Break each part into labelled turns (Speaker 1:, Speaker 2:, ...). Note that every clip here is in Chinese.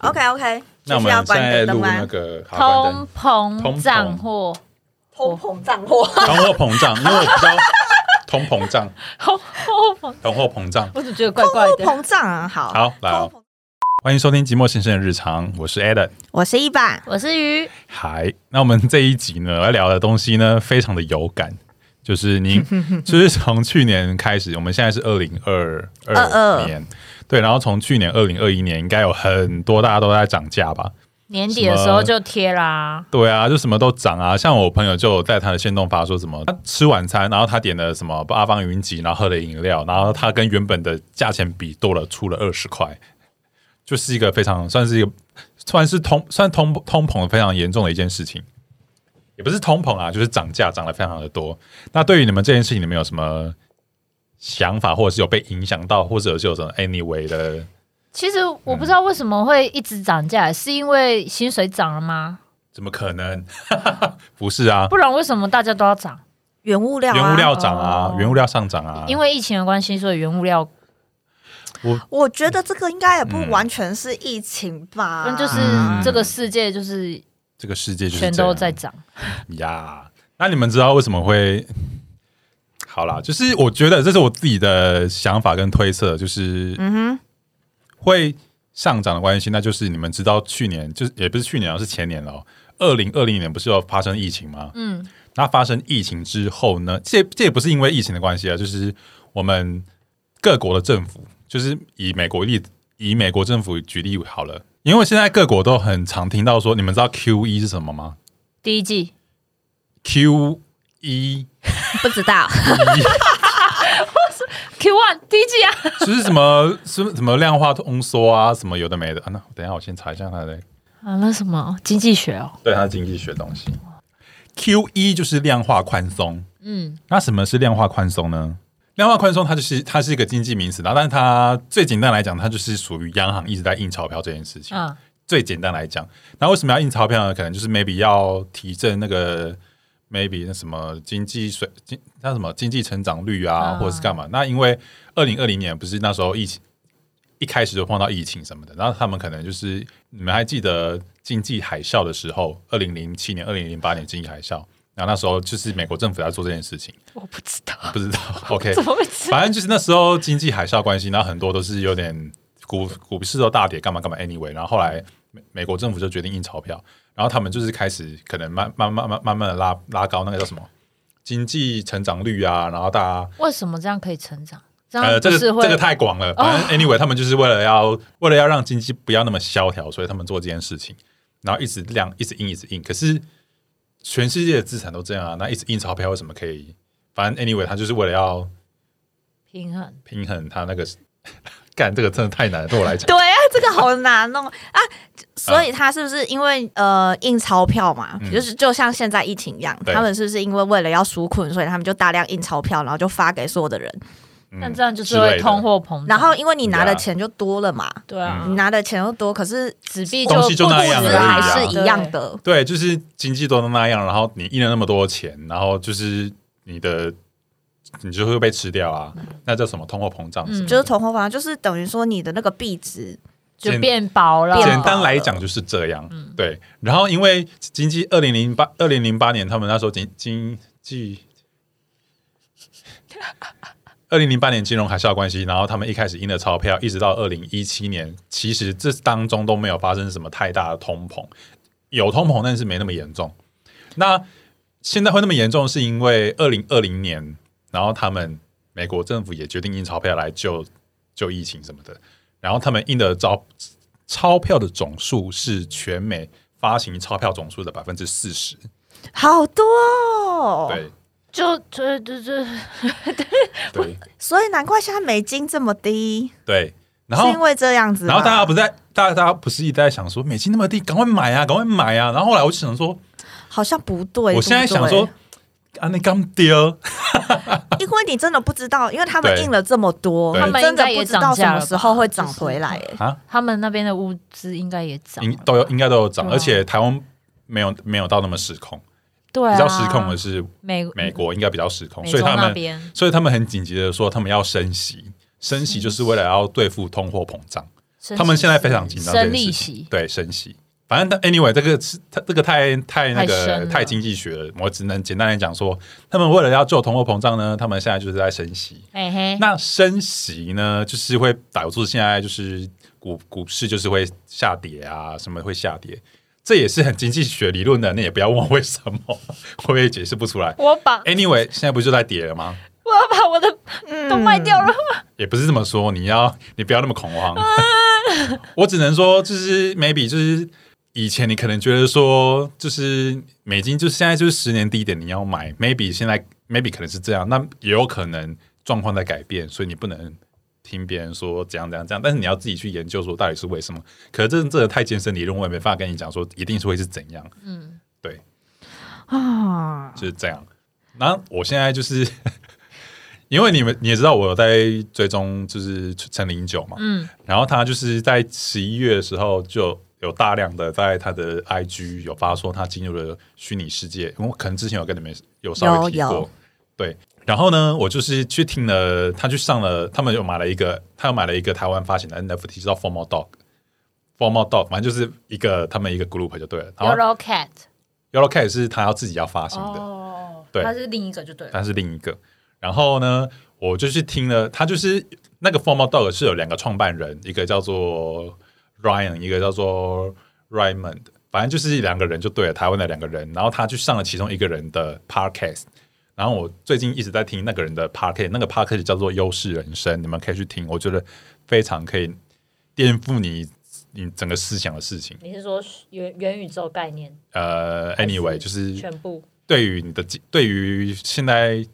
Speaker 1: OK OK，
Speaker 2: 那我们
Speaker 1: 要
Speaker 2: 现
Speaker 1: 关
Speaker 2: 在
Speaker 1: 灯
Speaker 2: 录
Speaker 1: 灯
Speaker 2: 那
Speaker 1: 吗？
Speaker 2: 个好关
Speaker 3: 通
Speaker 2: 灯，
Speaker 3: 膨哦胀货，
Speaker 1: 通膨胀货，
Speaker 2: 通货膨胀，因为我比较通膨胀，
Speaker 3: 通膨，
Speaker 2: 通货膨胀。
Speaker 3: 我只觉得怪怪
Speaker 1: 通
Speaker 3: 的。
Speaker 1: 膨胀啊，好，
Speaker 2: 好，来哦，
Speaker 1: 通膨
Speaker 2: 欢迎收听《寂寞先生的日常》，我是 Adam。
Speaker 1: 我是一把，
Speaker 3: 我是鱼，
Speaker 2: 嗨，那我们这一集呢，要聊的东西呢，非常的有感，就是您，就是从去年开始，我们现在是二零二二
Speaker 1: 22
Speaker 2: 年，对，然后从去年二零二一年，应该有很多大家都在涨价吧？
Speaker 3: 年底的时候就贴啦。
Speaker 2: 对啊，就什么都涨啊。像我朋友就有在他的线动发说什么，他吃晚餐，然后他点了什么八方云集，然后喝了饮料，然后他跟原本的价钱比多了出了二十块，就是一个非常算是一个算是通算通通膨非常严重的一件事情，也不是通膨啊，就是涨价涨得非常的多。那对于你们这件事情，你们有什么想法，或者是有被影响到，或者是有什么 anyway 的？
Speaker 3: 其实我不知道为什么会一直涨价，是因为薪水涨了吗？
Speaker 2: 怎么可能？ 不是啊，
Speaker 3: 不然为什么大家都要涨？
Speaker 1: 原物料、啊，
Speaker 2: 原物料涨啊
Speaker 3: 哦，
Speaker 2: 原物料上涨啊，
Speaker 3: 因为疫情的关系，所以原物料
Speaker 1: 我觉得这个应该也不
Speaker 2: 嗯
Speaker 1: 完全是疫情吧，
Speaker 3: 那就是
Speaker 2: 嗯
Speaker 3: 这个世界就是
Speaker 2: 这个世界就是
Speaker 3: 全
Speaker 2: 这
Speaker 3: 都
Speaker 2: 样
Speaker 3: 在涨。
Speaker 2: 呀。那你们知道为什么会？好啦，就是我觉得这是我自己的想法跟推测，就是
Speaker 1: 嗯哼，
Speaker 2: 会上涨的关系，那就是你们知道去年就是也不是去年哦，是前年了哦，二零二零年不是有发生疫情吗？
Speaker 3: 嗯，
Speaker 2: 那发生疫情之后呢，这这也不是因为疫情的关系啊，就是我们各国的政府，就是以美国例以美国政府举例好了，因为现在各国都很常听到说，你们知道 Q E 一是什么吗
Speaker 3: 第一季
Speaker 2: ？Q E，一
Speaker 1: 不知 道，
Speaker 3: Q one 第一季啊，
Speaker 2: 就是什么 什么什么量化通缩啊，什么有的没的啊。那等一下我先查一下它的，
Speaker 3: 啊那什么经济学哦，
Speaker 2: 对它的经济学东西。Q 一就是量化宽松，
Speaker 3: 嗯，
Speaker 2: 那什么是量化宽松呢？量化宽松它就是它是一个经济名词，然后但是它最简单来讲，它就是属于央行一直在印钞票这件事情。
Speaker 3: 啊，
Speaker 2: 最简单来讲，那为什么要印钞票呢？可能就是 maybe 要提振那个 maybe 那什么经济水经那什么经济成长率啊，
Speaker 3: 啊
Speaker 2: 或者是干嘛？那因为二零二零年不是那时候疫情一开始就碰到疫情什么的，然后他们可能就是你们还记得经济海啸的时候，二零零七年、二零零八年经济海啸，然后那时候就是美国政府在做这件事情，
Speaker 3: 我不知道
Speaker 2: 不知道 OK，
Speaker 3: 怎么会知道
Speaker 2: 反正就是那时候经济海啸关系，然后很多都是有点股股市都大跌，干嘛干嘛。Anyway，然后后来美美国政府就决定印钞票，然后他们就是开始可能慢慢慢慢慢慢的拉拉高那个叫什么经济成长率啊，然后大家
Speaker 3: 为什么这样可以成长？这
Speaker 2: 呃，
Speaker 3: 样
Speaker 2: 这
Speaker 3: 不
Speaker 2: 个
Speaker 3: 是会哦
Speaker 2: 这个太广了。反正 anyway，他们就是为了要为了要让经济不要那么萧条，所以他们做这件事情，然后一直量一直印一直印。可是全世界的资产都这样啊，那一直印钞票为什么可以？反正 anyway，他就是为了要
Speaker 3: 平衡
Speaker 2: 平衡它那个 干这个真的太难了，对我来讲。
Speaker 1: 对啊，这个好难弄啊，所以他是不是因为呃印钞票嘛，
Speaker 2: 嗯
Speaker 1: 就是就像现在疫情一样，
Speaker 2: 对
Speaker 1: 他们是不是因为为了要纾困，所以他们就大量印钞票，然后就发给所有的人，
Speaker 2: 嗯
Speaker 3: 那这样就是会通货膨胀，
Speaker 1: 然后因为你拿的
Speaker 2: 对啊
Speaker 1: 钱就多了嘛，
Speaker 3: 对啊，
Speaker 1: 你拿的钱又多，可是
Speaker 3: 纸币
Speaker 2: 东西就
Speaker 3: 不
Speaker 2: 那
Speaker 3: 值
Speaker 2: 样
Speaker 1: 物
Speaker 2: 而
Speaker 1: 资
Speaker 2: 已
Speaker 1: 还
Speaker 2: 啊
Speaker 1: 是一样，的，
Speaker 2: 对，就是经济都那样，然后你印了那么多钱，然后就是你的你就会被吃掉啊，那叫什么通货膨胀？
Speaker 3: 嗯
Speaker 1: 就是通货膨胀，就是等于说你的那个币值，
Speaker 3: 对就
Speaker 2: 简
Speaker 3: 变薄了。
Speaker 2: 简单来讲就是这样，对。然后因为经济二零零八二零零八年，他们那时候经经济二零零八年金融海啸的关系，然后他们一开始印的钞票，一直到二零一七年，其实这当中都没有发生什么太大的通膨，有通膨，但是没那么严重。那现在会那么严重，是因为二零二零年，然后他们美国政府也决定印钞票来救救疫情什么的，然后他们印的钞钞票的总数是全美发行钞票总数的百分之四十，
Speaker 1: 好多、哦，
Speaker 2: 对
Speaker 3: 就就就就
Speaker 2: 对
Speaker 1: 所以难怪现在美金这么低，
Speaker 2: 对，然
Speaker 1: 是因
Speaker 2: 后。
Speaker 1: 为这样
Speaker 3: 啊
Speaker 1: 子吧。啊
Speaker 2: 然后大家不是在，大家大家不是一直在想说美金那么低，赶快买啊，赶快买啊！然后后来我就想说，
Speaker 1: 好像不对，
Speaker 2: 我现在
Speaker 1: 对
Speaker 2: 想
Speaker 1: 不对
Speaker 2: 说，啊，那刚 丢，
Speaker 1: 因为你真的不知道，因为他们
Speaker 2: 对
Speaker 1: 印了这么多，
Speaker 2: 对
Speaker 1: 你真的不知道什么时候会涨回来。哎
Speaker 2: 啊，
Speaker 3: 他们那边的物资应该也涨了
Speaker 2: 应，都有应该都有涨，
Speaker 3: 对啊
Speaker 2: 而且台湾没有没有到那么失控，
Speaker 3: 对啊，
Speaker 2: 比较失控的是
Speaker 3: 美
Speaker 2: 美国，应该比较失控，
Speaker 3: 美
Speaker 2: 所
Speaker 3: 洲
Speaker 2: 以他
Speaker 3: 那
Speaker 2: 们
Speaker 3: 边
Speaker 2: 所以他们很紧急的说他们要升息，升息就是为了要对付通货膨胀，
Speaker 3: 升
Speaker 2: 他们现在非常紧张这
Speaker 3: 升
Speaker 2: 件事情
Speaker 3: 利息，
Speaker 2: 对升息。反正他 anyway，这个是他这个太太那
Speaker 3: 太深
Speaker 2: 个
Speaker 3: 了
Speaker 2: 太经济学了，我只能简单来讲说，他们为了要救通货膨胀呢，他们现在就是在升息。
Speaker 3: 哎嘿，
Speaker 2: 那升息呢，就是会导致现在就是股股市就是会下跌啊，什么会下跌，这也是很经济学理论的，那也不要问我为什么， 我也解释不出来。
Speaker 3: 我把
Speaker 2: Anyway，现在不就在跌了吗？
Speaker 3: 我要把我的都卖掉了，
Speaker 2: 也不是这么说，你要你不要那么恐慌。 我只能说，就是 maybe 就是以前你可能觉得说，就是美金就是现在就是十年低点你要买，maybe 现在 maybe 可能是这样，那也有可能状况在改变，所以你不能听别人说怎样怎样怎样，但是你要自己去研究说到底是为什么。可是这这个太艰深理论，我也没办法跟你讲说一定是会是怎样。
Speaker 3: 嗯，
Speaker 2: 对，
Speaker 1: 啊，
Speaker 2: 就是这样。然后我现在就是， 因为你们你也知道，我有在追踪就是陈零九嘛，
Speaker 3: 嗯，
Speaker 2: 然后他就是在十一月的时候就有大量的在他的 IG 有发说他进入了虚拟世界，因为可能之前有跟你们有稍微提
Speaker 1: 有
Speaker 2: 过
Speaker 1: 有，
Speaker 2: 对。然后呢，我就是去听了，他去上了，他们有买了一个，他又买了一个台湾发行的 NFT，叫 Formal Dog，Formal Dog，反正就是一个他们一个 group 就对了。然
Speaker 3: 有
Speaker 2: 后
Speaker 3: o cat
Speaker 2: Yellow Cat 是他要自己要发行的，
Speaker 3: 哦，
Speaker 2: 对
Speaker 3: 它是另一个就对了，
Speaker 2: 但是另一个。然后呢，我就去听了，他就是那个 Formal Dog 是有两个创办人，一个叫做 Ryan，一个叫做 Raymond，反正就是两个人就对了，台湾的两个人。然后他去上了其中一个人的 podcast，然后我最近一直在听那个人的 podcast，那个 podcast 叫做《优势人生》，你们可以去听，我觉得非常可以颠覆你你整个思想的事情。
Speaker 4: 你是说元元宇宙概念
Speaker 2: 呃，anyway，就是
Speaker 4: 全部？
Speaker 2: 对于你的经，对于现在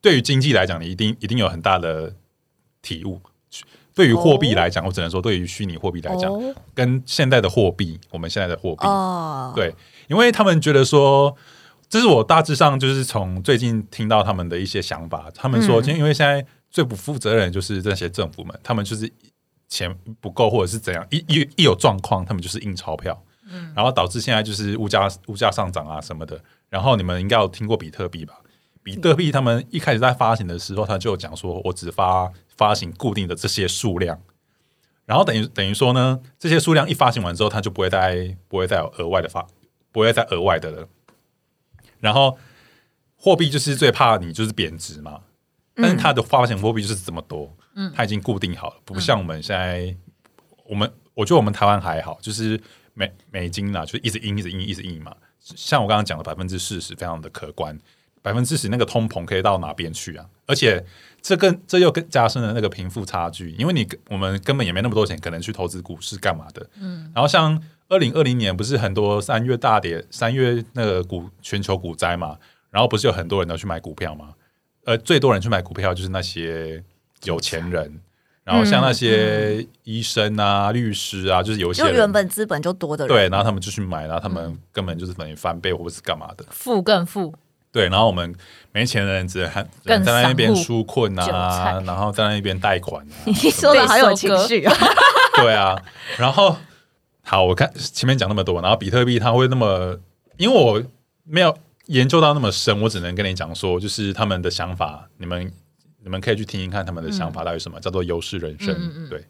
Speaker 2: 对于经济来讲，你一定一定有很大的体悟。对于货币来讲，我只能说，对于虚拟货币来讲，
Speaker 1: 哦
Speaker 2: 跟现在的货币，我们现在的货币，
Speaker 1: 哦，
Speaker 2: 对，因为他们觉得说，这是我大致上就是从最近听到他们的一些想法。他们说，因为现在最不负责任的就是这些政府们，他们就是钱不够或者是怎样，一一一有状况，他们就是印钞票，然后导致现在就是物价物价上涨啊什么的。然后你们应该有听过比特币吧？比特币他们一开始在发行的时候，他就有讲说，我只发发行固定的这些数量。然后等于等于说呢，这些数量一发行完之后，它就不会再不会再有额外的发，不会再额外的了。然后货币就是最怕你就是贬值嘛，但是它的发行货币就是这么多，嗯，它已经固定好了，不像我们现在，我们我觉得我们台湾还好，就是美美金啦，就一直印一直印一直印嘛，像我刚刚讲的百分之四十非常的可观，百分之十那个通膨可以到哪边去啊？而且这更这又更加深了那个贫富差距，因为你我们根本也没那么多钱，可能去投资股市干嘛的。嗯，然后像二零二零年不是很多三月大跌，三月那个股全球股灾嘛，然后不是有很多人都去买股票吗？呃，最多人去买股票就是那些有钱
Speaker 1: 嗯
Speaker 2: 人。然后像那些医生啊、律师啊，就是有一些
Speaker 1: 就
Speaker 2: 人
Speaker 1: 原本资本就多的人，
Speaker 2: 对，然后他们就去买，然后他
Speaker 3: 嗯
Speaker 2: 们根本就是等于翻倍或者是干嘛的。
Speaker 3: 富更富，
Speaker 2: 对，然后我们没钱的人只能还只能
Speaker 3: 更
Speaker 2: 在那
Speaker 3: 散
Speaker 2: 边
Speaker 3: 户
Speaker 2: 纾困
Speaker 3: 韭
Speaker 2: 啊
Speaker 3: 菜，
Speaker 2: 然后在那边贷款啊
Speaker 1: 你
Speaker 2: 什
Speaker 1: 说
Speaker 2: 么的，
Speaker 1: 的好有情绪啊！
Speaker 2: 对啊。然后好，我看前面讲那么多，然后比特币它会那么，因为我没有研究到那么深，我只能跟你讲说，就是他们的想法，你们你们可以去听听看他们的想法到底是什么，叫做优势人生，对。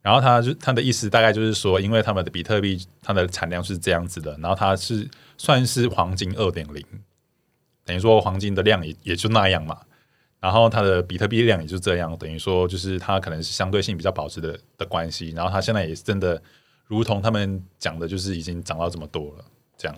Speaker 2: 然后他就他的意思大概就是说，因为他们的比特币它的产量是这样子的，然后它是算是黄金二点零，等于说黄金的量也也就那样嘛。然后它的比特币量也就这样，等于说就是它可能是相对性比较保值的的关系。然后它现在也是真的，如同他们讲的，就是已经涨到这么多了，这样。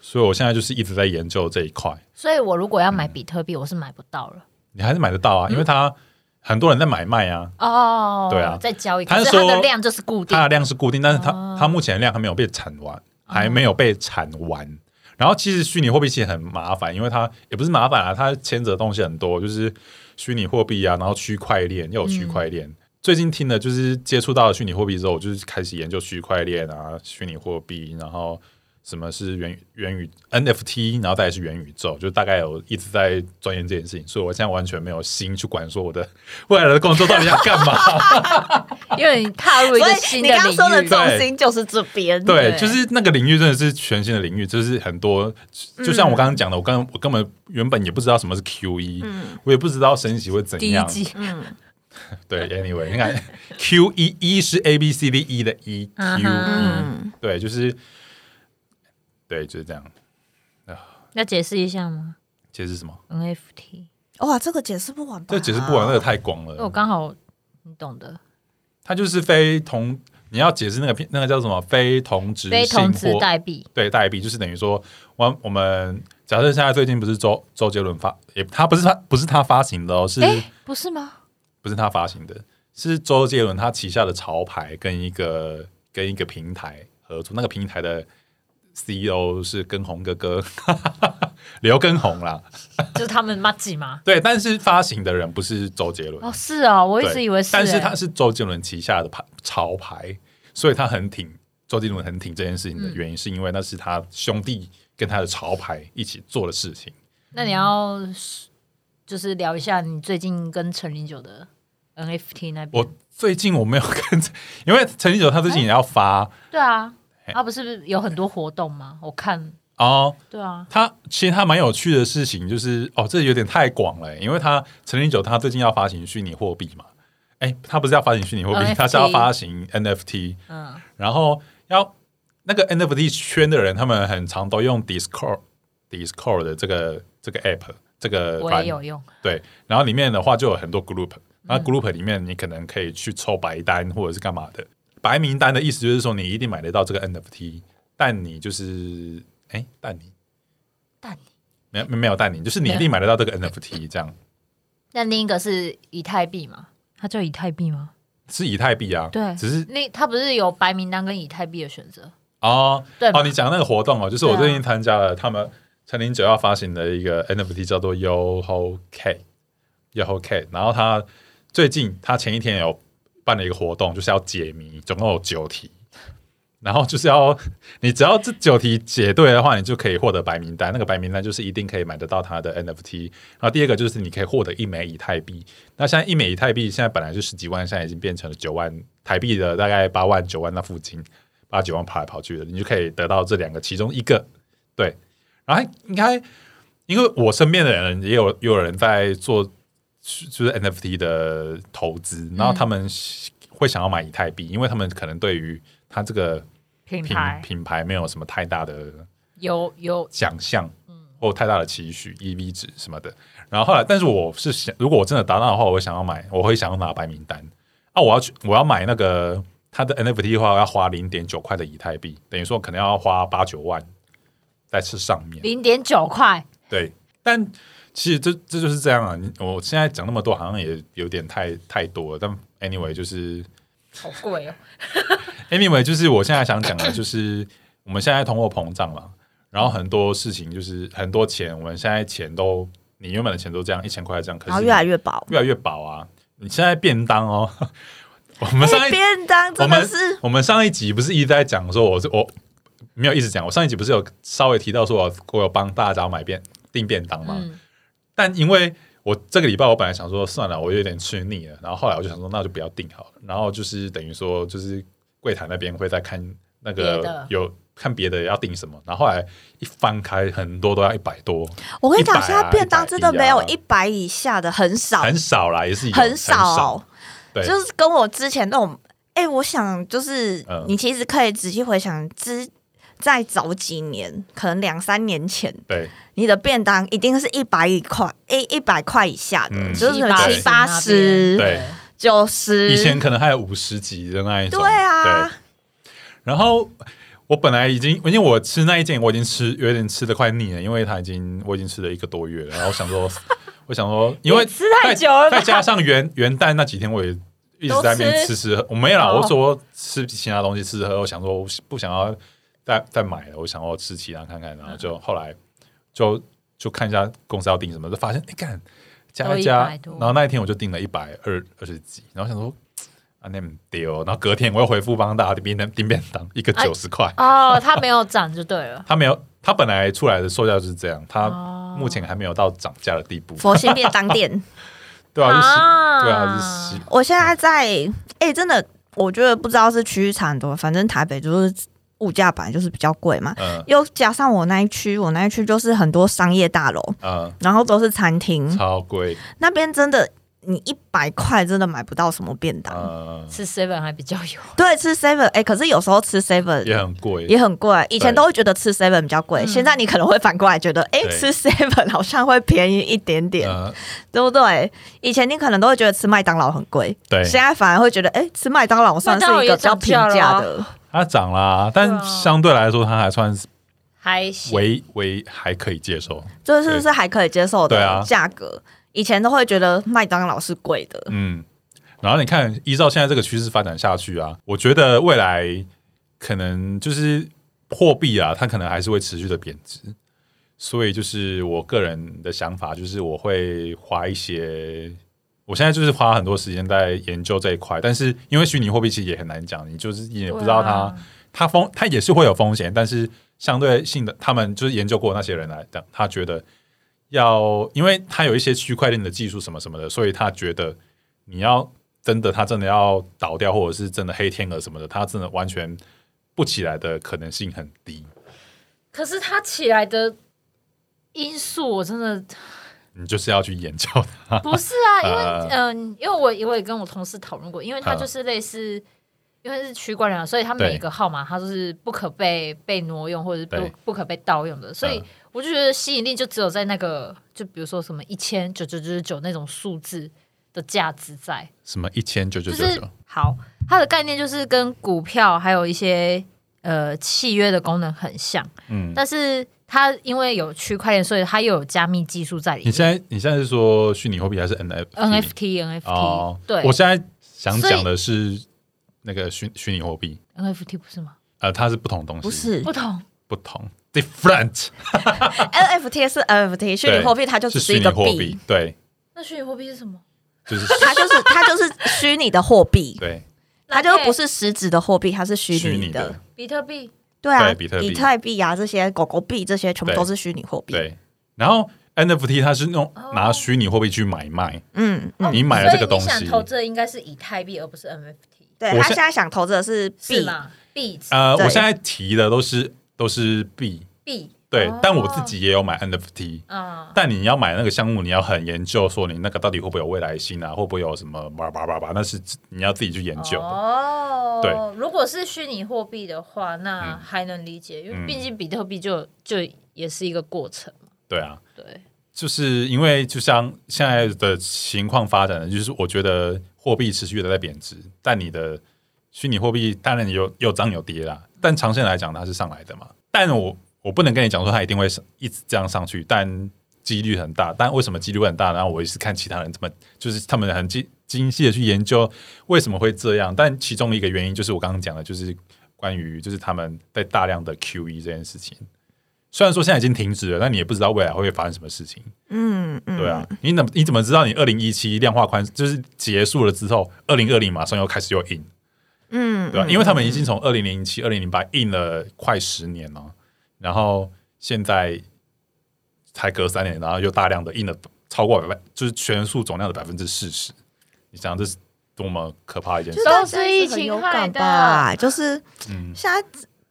Speaker 2: 所以我现在就是一直在研究这一块。
Speaker 3: 所以我如果要买比特币，我是买不到了。
Speaker 2: 你还是买得到啊，因为它很多人在买卖啊，
Speaker 3: 哦，
Speaker 2: 对啊
Speaker 3: 在交易，
Speaker 2: 他
Speaker 3: 可
Speaker 2: 是
Speaker 3: 是它
Speaker 2: 说
Speaker 3: 的量就是固定哦
Speaker 2: 它，的量是固定，但是它、它目前的量还没有被产完，还没有被产完。然后其实虚拟货币其实很麻烦，因为它也不是麻烦啊，它牵扯的东西很多，就是虚拟货币啊，然后区块链又有区块
Speaker 3: 嗯
Speaker 2: 链。最近听的就是接触到了虚拟货币之后，我就是开始研究区块链啊，虚拟货币，然后什么是元元宇 NFT，然后再来是元宇宙，就大概有一直在钻研这件事情，所以我现在完全没有心去管说我的 未来的工作到底要干嘛。
Speaker 3: 因为你踏入一
Speaker 1: 所
Speaker 3: 个
Speaker 1: 以
Speaker 3: 新
Speaker 1: 你
Speaker 3: 的
Speaker 1: 刚刚说
Speaker 3: 领
Speaker 1: 的
Speaker 3: 域。
Speaker 1: 重心就是这边，
Speaker 2: 对，就是那个领域真的是全新的领域，就是很多，
Speaker 3: 嗯
Speaker 2: 就像我刚刚讲的，我刚我根本原本也不知道什么是 Q E，、我也不知道升息会怎
Speaker 3: 嗯 第一
Speaker 2: 样，
Speaker 3: 季，
Speaker 2: 对，anyway，你看 Q 一一是 A B C D E 的 E Q
Speaker 3: 嗯
Speaker 2: 一
Speaker 1: 哼，
Speaker 2: 对，就是对，就是这样。
Speaker 3: 要解释一下吗
Speaker 2: 其实是什么？
Speaker 3: ？NFT，
Speaker 1: 哇，这个解释不完吧？
Speaker 2: 这解释不完，那个太广
Speaker 3: 因为我
Speaker 2: 了。
Speaker 3: 刚好你懂的，
Speaker 2: 它就是非同，你要解释那个片那个叫什么非同质
Speaker 3: 非
Speaker 2: 性
Speaker 3: 同质
Speaker 2: 或
Speaker 3: 代币，
Speaker 2: 对代币，就是等于说，我我们假设现在最近不是周周杰伦发，也他不是他不是他发行的哦，是
Speaker 3: 哎，不是吗？
Speaker 2: 不是他发行的？是周杰伦他旗下的潮牌跟一个跟一个平台合作，那个平台的 CEO 是根红哥哥 刘根红啦。
Speaker 3: 就是他们 m a g 吗？
Speaker 2: 对，但是发行的人不是周杰伦，
Speaker 3: 哦，是哦，我一
Speaker 2: 对
Speaker 3: 直以为是欸，
Speaker 2: 但是他是周杰伦旗下的牌潮牌，所以他很挺周杰伦很挺这件事情
Speaker 3: 嗯
Speaker 2: 的原因，是因为那是他兄弟跟他的潮牌一起做的事情。
Speaker 3: 那你要就是聊一下你最近跟陈零九的 NFT 那边
Speaker 2: 我，最近我没有 跟，因为陈立九他最近也要发
Speaker 3: 对啊，
Speaker 2: 嘿
Speaker 3: 他不是有很多活动吗？我看，
Speaker 2: 哦，
Speaker 3: 对啊，
Speaker 2: 他其实他蛮有趣的事情就是哦，这有点太广了，欸因为他陈立九他最近要发行虚拟货币嘛，哎，他不是要发行虚拟货币，
Speaker 3: NFT
Speaker 2: 他是要发行 NFT，
Speaker 3: 嗯，
Speaker 2: 然后要那个 NFT 圈的人，他们很常都用 Discord Discord 的这个这个 app 这个
Speaker 3: 我
Speaker 2: 软
Speaker 3: 也有用，
Speaker 2: 对，然后里面的话就有很多 group，那 group 里面你可能可以去抽白单或者是干嘛的。白名单的意思就是说你一定买得到这个 NFT，但你就是哎，但你
Speaker 3: 但
Speaker 2: 没有没有但你，就是你一定买得到这个 NFT，这样
Speaker 3: 那另一个是以太币嘛？它叫以太币吗？
Speaker 2: 是以太币啊，
Speaker 3: 对
Speaker 2: 只是
Speaker 3: 那它不是有白名单跟以太币的选择？
Speaker 2: 哦
Speaker 3: 对吧
Speaker 2: 哦，你讲那个活动哦，就是我
Speaker 3: 对啊
Speaker 2: 最近参加了他们陈零九要发行的一个 NFT 叫做 Yoho K Yoho K，然后他最近他前一天有办了一个活动，就是要解谜，总共有九题，然后就是要你只要这九题解对的话，你就可以获得白名单，那个白名单就是一定可以买得到他的 NFT。然后第二个就是你可以获得一枚以太币，那现在一枚以太币现在本来是十几万，现在已经变成了九万台币的大概八万九万那附近。八九万跑来跑去的，你就可以得到这两个其中一个。对，然后应该因为我身边的人也有也有人在做就是 NFT 的投资，然后他们会想要买以太币，因为他们可能对于它这个
Speaker 3: 品
Speaker 2: 品
Speaker 3: 牌
Speaker 2: 品牌没有什么太大的
Speaker 3: 有有
Speaker 2: 想象，或太大的期许，EV 值什么的。然后后来，但是我是想，如果我真的达到的话，我会想要买，我会想要拿白名单啊！我要去，我要买那个它的 NFT 的话，我要花零点九块的以太币，等于说可能要花八九万在这上面。
Speaker 3: 零点九块，
Speaker 2: 对，但其实这这就是这样啊！你我现在讲那么多，好像也有点太太多了。但 anyway，就是
Speaker 3: 好贵哦。
Speaker 2: Anyway，就是我现在想讲的，就是我们现在通货膨胀嘛，然后很多事情就是很多钱，我们现在钱都，你原本的钱都这样一千块这样，可
Speaker 1: 然后
Speaker 2: 是
Speaker 1: 越来越薄，
Speaker 2: 越来越薄啊。你现在便当哦， 我们上一
Speaker 1: 便当
Speaker 2: 我
Speaker 1: 哎真的
Speaker 2: 们
Speaker 1: 是
Speaker 2: 我们上一集不是一直在讲说我是我没有一直讲，我上一集不是有稍微提到说我我有帮大家买便订便当吗？
Speaker 3: 嗯，
Speaker 2: 但因为我这个礼拜我本来想说算了，我有点吃腻了，然后后来我就想说那就不要订好了，然后就是等于说就是柜台那边会再看那
Speaker 3: 别
Speaker 2: 个
Speaker 3: 的
Speaker 2: 有看别的要订什么，然后后来一翻开很多都要一百多，
Speaker 1: 我跟你讲，
Speaker 2: 100啊
Speaker 1: 现在便当真的没有
Speaker 2: 100啊
Speaker 1: 一百以下的很少，
Speaker 2: 很少啦，也是有
Speaker 1: 很少，哦
Speaker 2: 对
Speaker 1: 就是跟我之前那种，哎、我想就是、
Speaker 2: 嗯
Speaker 1: 你其实可以仔细回想之。再早几年，可能两三年前，
Speaker 2: 对
Speaker 1: 你的便当一定是一百一块，一一百块以下的，
Speaker 2: 嗯
Speaker 1: 就是可能
Speaker 2: 对
Speaker 1: 七八十、
Speaker 2: 对，
Speaker 1: 九十。
Speaker 2: 以前可能还有五十几的那一种，
Speaker 1: 对啊
Speaker 2: 对，然后我本来已经，因为我吃那一件我已经吃有点吃的快腻了，因为它已经我已经吃了一个多月了，然后我想 说，我想说，因为
Speaker 3: 也吃太久了吧
Speaker 2: 再再加上元元旦那几天我也一直在那边吃吃喝，我没有啦，
Speaker 3: 哦
Speaker 2: 我说吃其他东西吃吃喝，我想说我不想要再再买了，我想要吃其他看看，然后就后来就就看一下公司要订什么，就发现哎干。加一加
Speaker 3: 都100，多
Speaker 2: 然后那一天我就订了一百二二十几，然后想说啊那很丢，然后隔天我又回复帮大家订便订便当，一个
Speaker 3: 哎
Speaker 2: 九十块，
Speaker 3: 哦，它没有涨就对了。
Speaker 2: 他没有，他本来出来的售价就是这样，他
Speaker 3: 哦
Speaker 2: 目前还没有到涨价的地步，
Speaker 1: 佛心便当店，
Speaker 2: 对啊，就是
Speaker 3: 啊
Speaker 2: 对啊，就是
Speaker 1: 我现在在，哎、真的，我觉得不知道是区域差很多，反正台北就是物价本来就是比较贵嘛，
Speaker 2: 嗯
Speaker 1: 又加上我那一区，我那一区就是很多商业大楼，
Speaker 2: 嗯
Speaker 1: 然后都是餐厅，
Speaker 2: 超贵，
Speaker 1: 那边真的。你一百块真的买不到什么便当。
Speaker 2: 呃，
Speaker 3: 吃 seven 还比较有，
Speaker 1: 对，吃 seven 哎、可是有时候吃 seven
Speaker 2: 也很贵，
Speaker 1: 也很贵，以前都会觉得吃 seven 比较贵，
Speaker 3: 嗯
Speaker 1: 现在你可能会反过来觉得，哎、
Speaker 2: 对
Speaker 1: 吃 seven 好像会便宜一点点，
Speaker 2: 呃，
Speaker 1: 对不对？以前你可能都会觉得吃麦当劳很贵，
Speaker 2: 对，
Speaker 1: 现在反而会觉得，哎、吃麦当劳算是一个比较平
Speaker 3: 麦当
Speaker 1: 价
Speaker 3: 劳也
Speaker 1: 的，
Speaker 2: 它涨啦，
Speaker 3: 啊
Speaker 2: 但相对来说它还算是
Speaker 3: 还行。
Speaker 2: 为为还可以接受，
Speaker 1: 这是是还可以接受
Speaker 2: 对
Speaker 1: 的
Speaker 2: 啊
Speaker 1: 价格。以前都会觉得麦当劳是贵的，
Speaker 2: 嗯。然后你看，依照现在这个趋势发展下去啊，我觉得未来可能就是货币啊，它可能还是会持续的贬值。所以就是我个人的想法，就是我会花一些，我现在就是花很多时间在研究这一块。但是因为虚拟货币其实也很难讲，你就是也不知道它、
Speaker 3: 对啊
Speaker 2: 它风它也是会有风险，但是相对性的，他们就是研究过那些人来讲，他觉得要，因为他有一些区块链的技术什么什么的，所以他觉得你要真的他真的要倒掉，或者是真的黑天鹅什么的，他真的完全不起来的可能性很低。
Speaker 3: 可是它起来的因素，我真的
Speaker 2: 你就是要去研究它，
Speaker 3: 不是啊，因
Speaker 2: 呃
Speaker 3: 为嗯、因为我我也跟我同事讨论过，因为它就是类似，因为是区块链啊，所以
Speaker 2: 啊
Speaker 3: 它
Speaker 2: 对
Speaker 3: 每一个号码它都是不可被被挪用或者是
Speaker 2: 对
Speaker 3: 不不可被盗用的，所以
Speaker 2: 嗯
Speaker 3: 我就觉得吸引力就只有在那个，就比如说什么一千九九九九那种数字的价值在，
Speaker 2: 什么一千九九
Speaker 3: 就
Speaker 2: 九
Speaker 3: 是
Speaker 2: 九，
Speaker 3: 好，它的概念就是跟股票还有一些呃契约的功能很像，
Speaker 2: 嗯。
Speaker 3: 但是它因为有区块链，所以它又有加密技术在里
Speaker 2: 你
Speaker 3: 面。
Speaker 2: 现在你现在是说虚拟货币还是 NFT？
Speaker 3: NFT NFT、
Speaker 2: 哦，
Speaker 3: 对
Speaker 2: 我现在想
Speaker 3: 所以
Speaker 2: 讲的是那个虚虚拟货币，
Speaker 3: NFT 不是吗？
Speaker 2: 呃，它是不同东西，
Speaker 1: 不是
Speaker 3: 不同，
Speaker 2: 不同 different，
Speaker 1: NFT 是 NFT，虚拟货币它就只
Speaker 2: 是
Speaker 1: 是一
Speaker 2: 虚拟
Speaker 1: 个
Speaker 2: 货
Speaker 1: 币
Speaker 2: 币，，对，
Speaker 3: 那虚拟货币是什么？
Speaker 2: 就是
Speaker 1: 它 就是它就是虚拟的货币，
Speaker 2: 对
Speaker 1: 它就不是实质的货币，它是虚
Speaker 2: 虚
Speaker 1: 拟
Speaker 2: 拟
Speaker 1: 的
Speaker 2: 的。，
Speaker 3: 比特币，
Speaker 1: 对啊，
Speaker 2: 对比特币
Speaker 1: 币啊，这些狗狗币这些全部
Speaker 2: 对
Speaker 1: 都是虚拟货币。
Speaker 2: 对。然后 NFT 它是用
Speaker 3: 哦
Speaker 2: 拿虚拟货币去买卖，
Speaker 1: 嗯嗯，
Speaker 2: 你买了这个东西
Speaker 3: 所以你想投资的应该是以太币，而不是 NFT，
Speaker 1: 对
Speaker 2: 我
Speaker 1: 他
Speaker 2: 现
Speaker 1: 现在想投资的是
Speaker 3: 是
Speaker 1: 币，
Speaker 3: 吗？币
Speaker 2: 呃，
Speaker 1: 对
Speaker 2: 我现在提的都是都是币，
Speaker 3: 币，
Speaker 2: 对
Speaker 3: 哦，
Speaker 2: 但我自己也有买 NFT，
Speaker 3: 啊，
Speaker 2: 但你要买那个项目，你要很研究，说你那个到底会不会有未来性啊，会不会有什么叭叭叭叭，那是你要自己去研究的。
Speaker 3: 哦，
Speaker 2: 对，
Speaker 3: 如果是虚拟货币的话，那
Speaker 2: 嗯
Speaker 3: 还能理解，因为
Speaker 2: 嗯
Speaker 3: 毕竟比特币就就也是一个过程嘛，
Speaker 2: 对啊，
Speaker 3: 对，
Speaker 2: 就是因为就像现在的情况发展的，就是我觉得货币持续的在贬值，但你的虚拟货币当然有有涨有跌啦，但长线来讲它是上来的嘛。但我我不能跟你讲说它一定会上一直这样上去，但几率很大。但为什么几率会很大呢？然后我也是看其他人这么，就是他们很精精细的去研究为什么会这样。但其中一个原因就是我刚刚讲的，就是关于就是他们在大量的 QE 这件事情。虽然说现在已经停止了，但你也不知道未来会不会发生什么事情。
Speaker 1: 嗯嗯，
Speaker 2: 对啊，你怎么你怎么知道你二零一七量化宽就是结束了之后，二零二零马上又开始又印，
Speaker 1: 嗯，嗯，
Speaker 2: 对吧、啊因为他们已经从二零零七、二零零八印了快十年了，然后现在才隔三年，然后又大量的印了超过百分，就是全数总量的百分之四十。你想这是多么可怕的一件事
Speaker 1: 就？
Speaker 3: 都
Speaker 1: 大
Speaker 3: 是
Speaker 1: 家一
Speaker 3: 疫
Speaker 1: 直很
Speaker 3: 情
Speaker 1: 有
Speaker 3: 害
Speaker 1: 感
Speaker 3: 的
Speaker 1: 吧，就是
Speaker 2: 嗯，
Speaker 1: 现在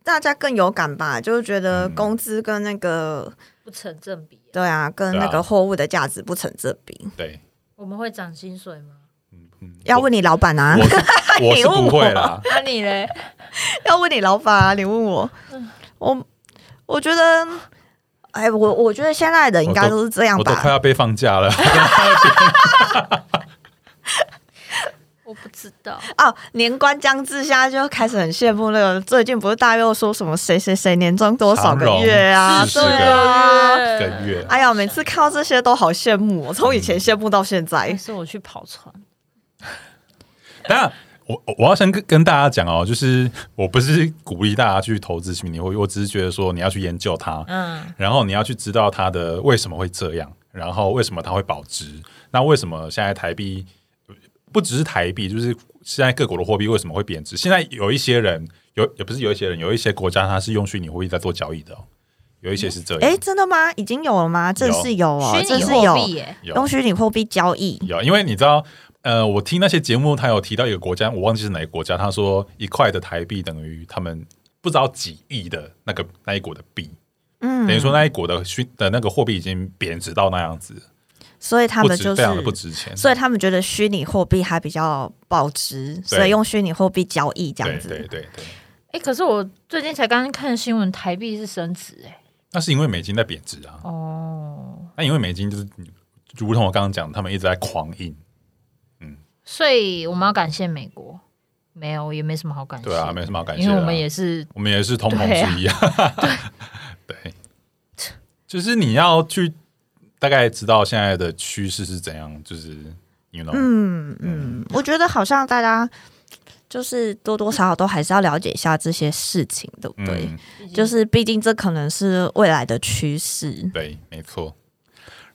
Speaker 1: 大家更有感吧，就是觉得
Speaker 2: 嗯
Speaker 1: 工资跟那个
Speaker 3: 不成正比，
Speaker 1: 对啊，跟那
Speaker 2: 对
Speaker 1: 个
Speaker 2: 啊
Speaker 1: 货物的价值不成正比。
Speaker 2: 对，
Speaker 3: 我们会涨薪水吗？
Speaker 2: 嗯嗯，
Speaker 1: 要
Speaker 2: 我
Speaker 1: 问你老板啊
Speaker 2: 我，是 我
Speaker 1: 你
Speaker 2: 是
Speaker 1: 问
Speaker 2: 不会
Speaker 1: 我
Speaker 2: 啦，
Speaker 3: 那啊你嘞？
Speaker 1: 要问你老板啊，你问我，
Speaker 2: 嗯
Speaker 1: 我我觉得，哎，我我觉得现在的应该都是这样
Speaker 2: 我都快
Speaker 1: 吧。
Speaker 2: 要被放 假了。
Speaker 3: 我不知道，
Speaker 1: 哦，年关将至，现在就开始很羡慕那个最近不是大家又说什么谁谁谁年终多少个月啊？
Speaker 2: 长
Speaker 1: 对
Speaker 2: 荣
Speaker 1: 啊，
Speaker 2: 一个月
Speaker 1: 哎呀，每次看到这些都好羡慕、哦，从以前羡慕到现
Speaker 3: 还
Speaker 2: 嗯
Speaker 1: 在。
Speaker 3: 是我去跑船，
Speaker 2: 当然，我我我要先跟跟大家讲哦，就是我不是鼓励大家去投资虚拟货币，我只是觉得说你要去研究它，
Speaker 3: 嗯，
Speaker 2: 然后你要去知道它的为什么会这样，然后为什么它会保值，那为什么现在台币不只是台币，就是现在各国的货币为什么会贬值？现在有一些人有也不是有一些人，有一些国家它是用虚拟货币在做交易的、哦，有一些是这样，
Speaker 1: 哎，真的吗？已经有了吗？正式有哦，
Speaker 3: 虚
Speaker 1: 正
Speaker 3: 拟
Speaker 1: 式
Speaker 3: 货
Speaker 1: 有
Speaker 3: 币耶，
Speaker 2: 有
Speaker 1: 用虚拟货币交易。
Speaker 2: 有，因为你知道，呃，我听那些节目，他有提到一个国家，我忘记是哪个国家，他说一块的台币等于他们不知道几亿的那个那一国的币，
Speaker 1: 嗯
Speaker 2: 等于说那一国的虚的那个货币已经贬值到那样子，
Speaker 1: 所以他
Speaker 2: 不
Speaker 1: 们
Speaker 2: 值
Speaker 1: 就是
Speaker 2: 非常的不值钱，
Speaker 1: 所以他们觉得虚拟货币还比较保值，所以用虚拟货币交易这样
Speaker 2: 对
Speaker 1: 子。
Speaker 2: 对对对，
Speaker 3: 哎、可是我最近才刚刚看新闻，台币是升值哎、
Speaker 2: 那是因为美金在贬值啊，
Speaker 3: 哦，
Speaker 2: 那因为美金就是如同我刚刚讲，他们一直在狂印，
Speaker 3: 所以我们要感谢美国，没有也没什么好感谢，
Speaker 2: 对啊，没什么好感谢、啊，
Speaker 3: 因为我们也是
Speaker 2: 我们也是同盟之一啊。 对，就是你要去大概知道现在的趋势是怎样，就是 you know，、
Speaker 1: 嗯嗯，我觉得好像大家就是多多少少都还是要了解一下这些事情，对不
Speaker 2: 嗯
Speaker 1: 对？就是毕竟这可能是未来的趋势。
Speaker 2: 对，没错。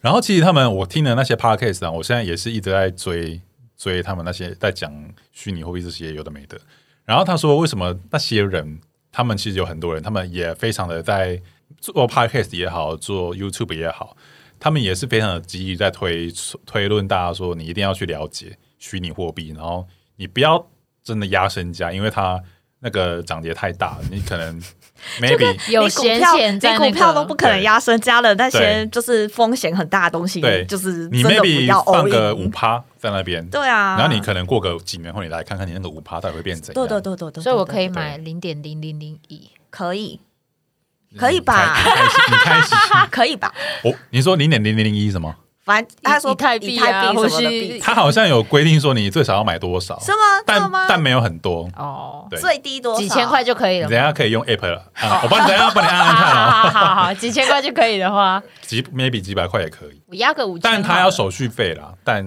Speaker 2: 然后其实他们我听的那些 podcast 啊，我现在也是一直在追追他们那些在讲虚拟货币这些有的没的。然后他说，为什么那些人，他们其实有很多人，他们也非常的在做 podcast 也好，做 YouTube 也好，他们也是非常的积极在推推论大家说，你一定要去了解虚拟货币，然后你不要真的压身家，因为它那个涨跌太大了，你可能 maybe
Speaker 3: 有
Speaker 1: 你股
Speaker 3: 闲
Speaker 1: 票，
Speaker 3: 钱在、那
Speaker 1: 你
Speaker 3: 个
Speaker 1: 股票都不可能
Speaker 2: 对
Speaker 1: 压身家了，那些
Speaker 2: 对
Speaker 1: 就是风险很大的东西
Speaker 2: 对，
Speaker 1: 就是
Speaker 2: 你
Speaker 1: 真的不
Speaker 2: maybe
Speaker 1: 要 all
Speaker 2: 放个五
Speaker 1: in。嗯
Speaker 2: 趴在那边，
Speaker 1: 对啊，
Speaker 2: 然后你可能过个几年后，你来看看你那个五趴到底会变怎样。
Speaker 1: 对对对对对，
Speaker 3: 所以我可以
Speaker 1: 对
Speaker 3: 买零点零零零一，
Speaker 1: 可以
Speaker 2: 你
Speaker 1: 可以吧
Speaker 2: 你开心，你 开心。
Speaker 1: 可以吧？
Speaker 2: 哦，你说零点零零零一什么？
Speaker 1: 反正他说
Speaker 3: 以太
Speaker 1: 币
Speaker 3: 币
Speaker 1: 以
Speaker 3: 啊
Speaker 1: 太币
Speaker 3: 或
Speaker 1: 什么的
Speaker 3: 是
Speaker 1: 币
Speaker 2: 它好像有规定说你最少要买多少，
Speaker 1: 是吗？真的
Speaker 2: 但
Speaker 1: 吗？哎
Speaker 2: 但没有很多。
Speaker 3: 哦，
Speaker 2: 对，
Speaker 1: 最低多少
Speaker 3: 几千块？就可以
Speaker 2: 你
Speaker 3: 了
Speaker 2: 等一
Speaker 3: 吗。
Speaker 2: 下可以用 app 了啊，我帮你等一下帮你按按看
Speaker 3: 好
Speaker 2: 啊，
Speaker 3: 好好好，几千块就可以的话，
Speaker 2: 几 maybe 几百块也可以，
Speaker 3: 我压个五千好
Speaker 2: 但
Speaker 3: 了，
Speaker 2: 它要手续费啦，但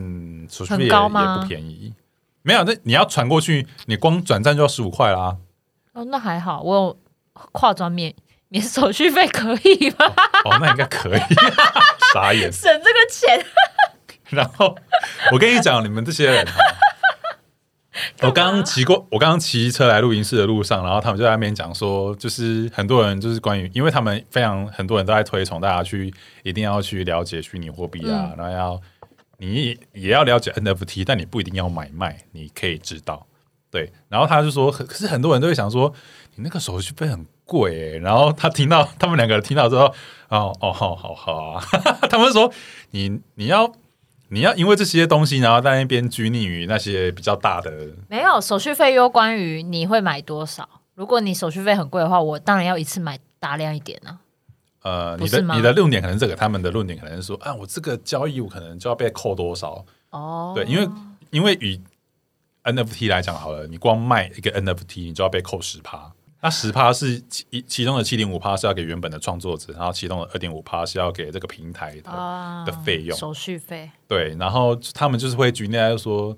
Speaker 2: 手续费也
Speaker 3: 很高
Speaker 2: 也
Speaker 3: 吗
Speaker 2: 不便宜。没有，那你要传过去，你光转账就要十五块啦。
Speaker 3: 哦，那还好，我有跨专免免手续费可以吧？
Speaker 2: 哦，那应该可以， 傻眼。
Speaker 3: 省 这个钱，
Speaker 2: 然后我跟你讲，你们这些人啊，我刚刚骑过，我刚刚骑车来录音室的路上，然后他们就在那边讲说，就是很多人就是关于，因为他们非常很多人都在推崇大家去一定要去了解虚拟货币啊，然后要你也要了解 NFT，但你不一定要买卖，你可以知道。对，然后他就说，可可是很多人都会想说，你那个手续费很贵、欸。然后他听到他们两个人听到之后，哦哦，好好好啊， 他们说你你要你要因为这些东西，然后在那边拘泥于那些比较大的，
Speaker 3: 没有手续费又关于你会买多少。如果你手续费很贵的话，我当然要一次买大量一点啊呢、
Speaker 2: 呃，
Speaker 3: 不
Speaker 2: 你
Speaker 3: 是
Speaker 2: 的
Speaker 3: 吗
Speaker 2: 你的论点可能是这个，他们的论点可能是说，啊，我这个交易我可能就要被扣多少？
Speaker 3: 哦，
Speaker 2: 对，因为因为以 NFT 来讲好了，你光卖一个 NFT，你就要被扣十趴。那十趴是其其中的七点五趴是要给原本的创作者，然后其中的二点五趴是要给这个平台的。
Speaker 3: 啊
Speaker 2: 的费用
Speaker 3: 手续费
Speaker 2: 对，然后他们就是会举例来说，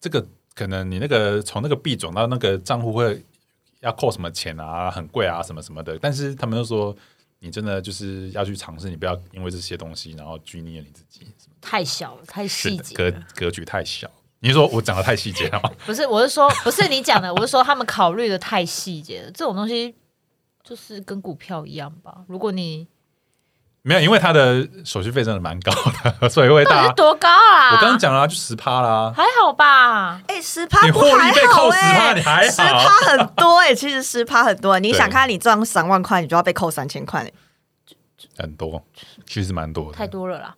Speaker 2: 这个可能你那个从那个币转到那个账户会要扣什么钱啊，很贵啊，什么什么的。但是他们就说，你真的就是要去尝试，你不要因为这些东西然后拘泥了你自己，
Speaker 3: 太小了，太
Speaker 2: 是
Speaker 3: 细
Speaker 2: 的
Speaker 3: 节
Speaker 2: 格
Speaker 3: 了。
Speaker 2: 格局太小。你是说我讲的太细节了吗？
Speaker 3: 不是，我是说， 不是你讲的，我是说他们考虑的太细节了。这种东西就是跟股票一样吧。如果你
Speaker 2: 没有，因为它的手续费真的蛮高的，所以会
Speaker 3: 到底
Speaker 2: 大
Speaker 3: 是。多高啊？
Speaker 2: 我刚刚讲了啊、就十趴啦。
Speaker 3: 还好吧？
Speaker 1: 哎，十趴
Speaker 2: 你
Speaker 1: 不
Speaker 2: 获利
Speaker 1: 还
Speaker 2: 被
Speaker 1: 好
Speaker 2: 扣
Speaker 1: 哎，
Speaker 2: 10%你还
Speaker 1: 十
Speaker 2: 好
Speaker 1: 趴很多哎， 其实十趴很多。你想看你赚三万块，你就要被扣三千块。
Speaker 2: 很多，其实蛮多的。
Speaker 3: 太多了啦。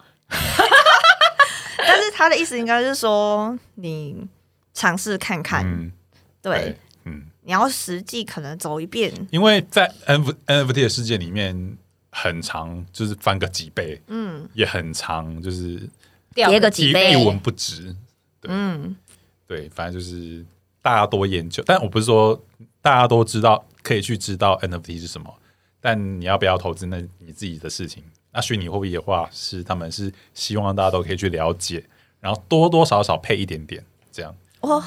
Speaker 1: 但是他的意思应该是说，你尝试看看，
Speaker 2: 嗯，
Speaker 1: 对，，
Speaker 2: 嗯。
Speaker 1: 你要实际可能走一遍。
Speaker 2: 因为在 N NFT 的世界里面，很长就是翻个几倍，
Speaker 1: 嗯
Speaker 2: 也很长，就是
Speaker 3: 掉
Speaker 1: 叠个
Speaker 2: 一
Speaker 1: 几倍
Speaker 2: 一文不值。
Speaker 1: 嗯，
Speaker 2: 对，反正就是大家多研究，但我不是说大家都知道可以去知道 NFT 是什么，但你要不要投资那你自己的事情。那虚拟货币的话，是他们是希望大家都可以去了解，然后多多少少配一点点这样。
Speaker 1: 哇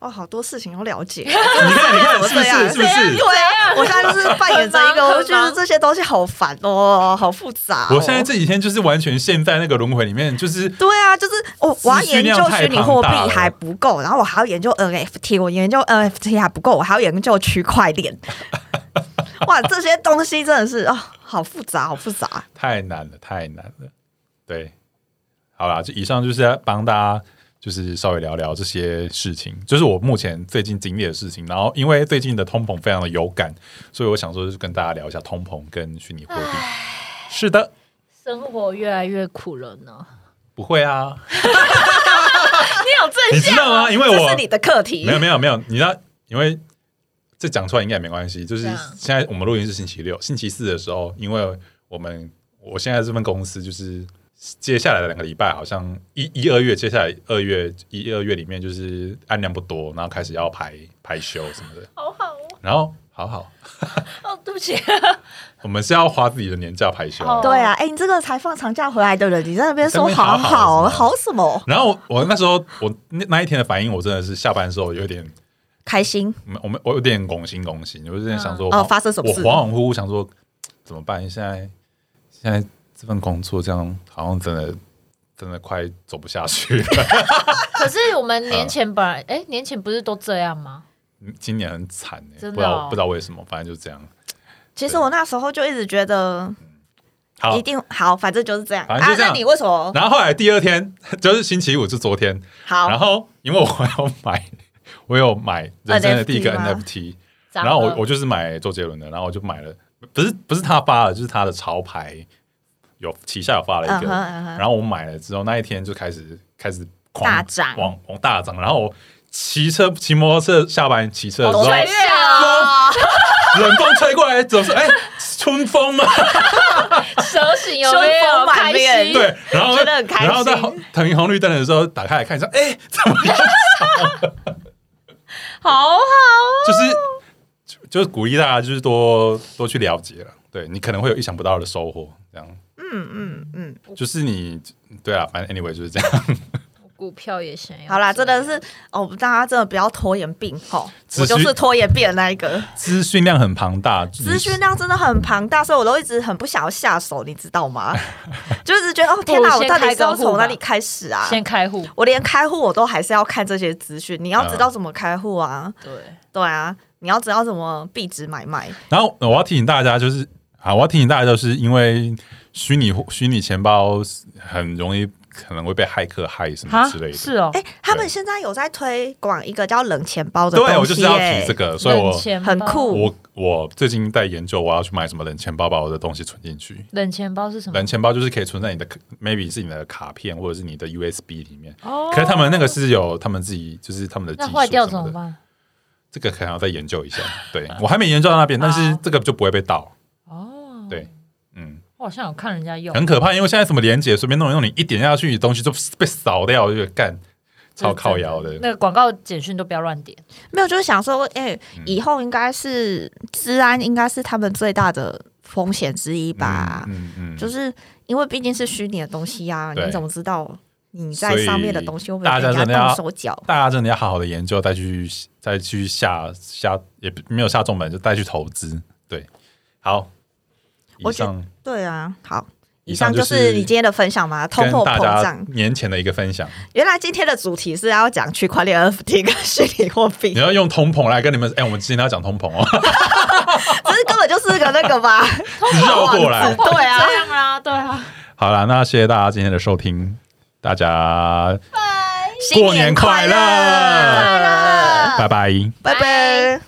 Speaker 1: 哇，好多事情要了解。
Speaker 2: 你看，你看，
Speaker 1: 怎么
Speaker 2: 是不
Speaker 1: 这样
Speaker 2: 是？是不是？
Speaker 1: 对啊，我现在就是扮演这一个，
Speaker 3: 很忙
Speaker 1: 我觉得这些东西好烦哦，好复杂、哦。
Speaker 2: 我现在这几天就是完全陷在那个轮回里面，就是
Speaker 1: 对啊，就是哦，我要研究虚拟货币
Speaker 2: 资讯量太庞大了
Speaker 1: 还不够，然后我还要研究 NFT，我研究 NFT 还不够，我还要研究区块 链。哇，这些东西真的是哦，好复杂，好复杂。
Speaker 2: 太难了，太难了。对，好啦，就以上就是要帮大家就是稍微聊聊这些事情，就是我目前最近经历的事情。然后因为最近的通膨非常的有感，所以我想说就是跟大家聊一下通膨跟虚拟货币。是的，
Speaker 3: 生活越来越苦了呢。
Speaker 2: 不会啊，
Speaker 3: 你有正
Speaker 2: 你知道吗？因为
Speaker 1: 啊这
Speaker 2: 我
Speaker 1: 是你的课 题
Speaker 2: 没。有没有没有，你知道，因为这讲出来应该也没关系。就是
Speaker 3: 这样
Speaker 2: 现在我们录音是星期六，星期四的时候，因为我们我现在这份公司就是接下来的两个礼拜，好像一一二月，接下来二月一二月里面就是案量不多，然后开始要排排休什么的，
Speaker 3: 好好哦
Speaker 2: 然后好好，
Speaker 3: 哦，对不起，
Speaker 2: 我们是要花自己的年假排休。
Speaker 3: 哦
Speaker 1: 对啊，哎、你这个才放长假回来的人，你在那边说
Speaker 2: 你在那
Speaker 1: 好
Speaker 2: 边好
Speaker 1: 好
Speaker 2: 好
Speaker 1: 好什么？
Speaker 2: 然后我我那时候我那那一天的反应，我真的是下班的时候有点
Speaker 1: 开心，
Speaker 2: 我们我们我有点拱心拱心，我有点想说，
Speaker 1: 嗯
Speaker 2: 我
Speaker 1: 哦发生什么事
Speaker 2: 我恍恍惚惚想说，怎么办？现在现在这份工作这样，好像真的真的快走不下去了。
Speaker 3: 可是我们年前本来，哎，年前不是都这样吗？
Speaker 2: 今年很惨哎、
Speaker 3: 真
Speaker 2: 不知
Speaker 3: 的哦
Speaker 2: 道不知道为什么，反正就这样。
Speaker 1: 其实我那时候就一直觉得
Speaker 2: 好
Speaker 1: 一，定好，反正就是这样
Speaker 2: 反正就这样
Speaker 1: 啊。那你为什么
Speaker 2: 然后后来第二天就是星期五，就昨天，
Speaker 1: 好？
Speaker 2: 然后因为我有买，我有买人生的第一个
Speaker 1: 哦 NFT 吗
Speaker 2: NFT，
Speaker 3: 咱
Speaker 2: 然后我
Speaker 3: 们
Speaker 2: 我就是买周杰伦的，然后我就买了，不是不是他发的，就是他的潮牌有旗下有发了一个
Speaker 1: 嗯哼嗯哼
Speaker 2: 然后我买了之后那一天就开始开始狂
Speaker 1: 大涨
Speaker 2: 往往大涨，然后我骑车骑摩托车下班骑车的时
Speaker 3: 好
Speaker 2: 候，
Speaker 3: 帅
Speaker 1: 啊！
Speaker 2: 冷风吹过来，总是哎春 风嘛，
Speaker 3: 蛇形有
Speaker 1: 春
Speaker 3: 没有
Speaker 1: 风满
Speaker 3: 开
Speaker 1: 面
Speaker 3: 心？
Speaker 2: 对，然后
Speaker 1: 觉得很开心
Speaker 2: 然后在红等红绿灯的时候打开来看一下，哎怎么样？
Speaker 3: 好好哦，
Speaker 2: 就是就就是鼓励大家就是多多去了解了，对你可能会有意想不到的收获，这样。
Speaker 1: 嗯嗯嗯，
Speaker 2: 就是你对啊，反正 anyway 就是这样。
Speaker 1: 啊
Speaker 3: 股票也想要。
Speaker 1: 好啦，真的是哦，大家真的不要拖延病吼，
Speaker 2: 只
Speaker 1: 我
Speaker 2: 需
Speaker 1: 就是拖延病的那一 个。
Speaker 2: 资讯量很庞大，
Speaker 1: 资讯量真的很庞大，所以我都一直很不想要下手，你知道 吗？就是觉得哦，天哪，
Speaker 3: 不
Speaker 1: 我
Speaker 3: 如先
Speaker 1: 到底是
Speaker 3: 开个
Speaker 1: 要
Speaker 3: 户吧
Speaker 1: 从哪里开始啊？
Speaker 3: 先开户，
Speaker 1: 我连开户我都还是要看这些资讯，你要知道怎么开户啊，
Speaker 3: 对，
Speaker 1: 对啊，你要知道怎么币值买卖，
Speaker 2: 然后我要提醒大家，就是啊，我要提醒大家，就是因为虚拟货虚拟钱包很容易可能会被骇客害什
Speaker 3: 哈
Speaker 2: 么之类的。
Speaker 3: 是哦，
Speaker 1: 哎、他们现在有在推广一个叫冷钱包的东西、耶
Speaker 2: 对，我就是要提这个，所以
Speaker 3: 冷
Speaker 2: 我
Speaker 3: 钱包
Speaker 1: 很酷
Speaker 2: 我我最近在研究我要去买什么冷钱包，把我的东西存进去。
Speaker 3: 冷钱包是什么
Speaker 2: 冷？钱包就是可以存在你的 maybe 是你的卡片或者是你的 USB 里面，
Speaker 3: 哦
Speaker 2: 可是他们那个是有他们自己就是他们的技
Speaker 3: 那
Speaker 2: 术
Speaker 3: 坏掉
Speaker 2: 什
Speaker 3: 怎
Speaker 2: 么
Speaker 3: 么
Speaker 2: 的。
Speaker 3: 办？
Speaker 2: 这个可能要再研究一下。对 我还没研究到那边，但是
Speaker 3: 好
Speaker 2: 这个就不会被盗。
Speaker 3: 哦，
Speaker 2: 对，嗯，
Speaker 3: 我好像有看人家用，
Speaker 2: 很可怕，因为现在什么连接随便弄一弄，你一点下去，东西就被扫掉，就干超靠腰的。
Speaker 3: 那个广告简讯都不要乱点，
Speaker 1: 没有，就是想说，哎、
Speaker 2: 嗯
Speaker 1: 以后应该是治安应该是他们最大的风险之一吧，
Speaker 2: 嗯嗯，嗯
Speaker 1: 就是因为毕竟是虚拟的东西啊，
Speaker 2: 对
Speaker 1: 你怎么知道你在
Speaker 2: 所以
Speaker 1: 上面的东西会不
Speaker 2: 大
Speaker 1: 会
Speaker 2: 家
Speaker 1: 被人
Speaker 2: 真的
Speaker 1: 家动
Speaker 2: 要
Speaker 1: 手脚？
Speaker 2: 大家真的要好好的研究，再去再去下下，也不没有下重本，就再去投资。对，好，以
Speaker 1: 我觉
Speaker 2: 上
Speaker 1: 对啊，好。以
Speaker 2: 以
Speaker 1: 上
Speaker 2: 上
Speaker 1: 就
Speaker 2: 就是
Speaker 1: 是你今天的分享嘛，通
Speaker 2: 跟
Speaker 1: 货
Speaker 2: 大
Speaker 1: 膨
Speaker 2: 家
Speaker 1: 胀。
Speaker 2: 年前的一个分享，
Speaker 1: 原来今天的主题是要讲区块链 NFT 跟虚拟货币
Speaker 2: 你，要用通膨来跟你们，哎，我们今天要讲通膨哦，
Speaker 1: 这是根本就是个那个吧？
Speaker 2: 绕过来，
Speaker 1: 对啊
Speaker 3: 这样啊，对啊，
Speaker 2: 好啦，那谢谢大家今天的收听，大家
Speaker 1: 新
Speaker 2: 过年快乐
Speaker 1: 快乐，
Speaker 2: 拜拜。
Speaker 1: 拜拜。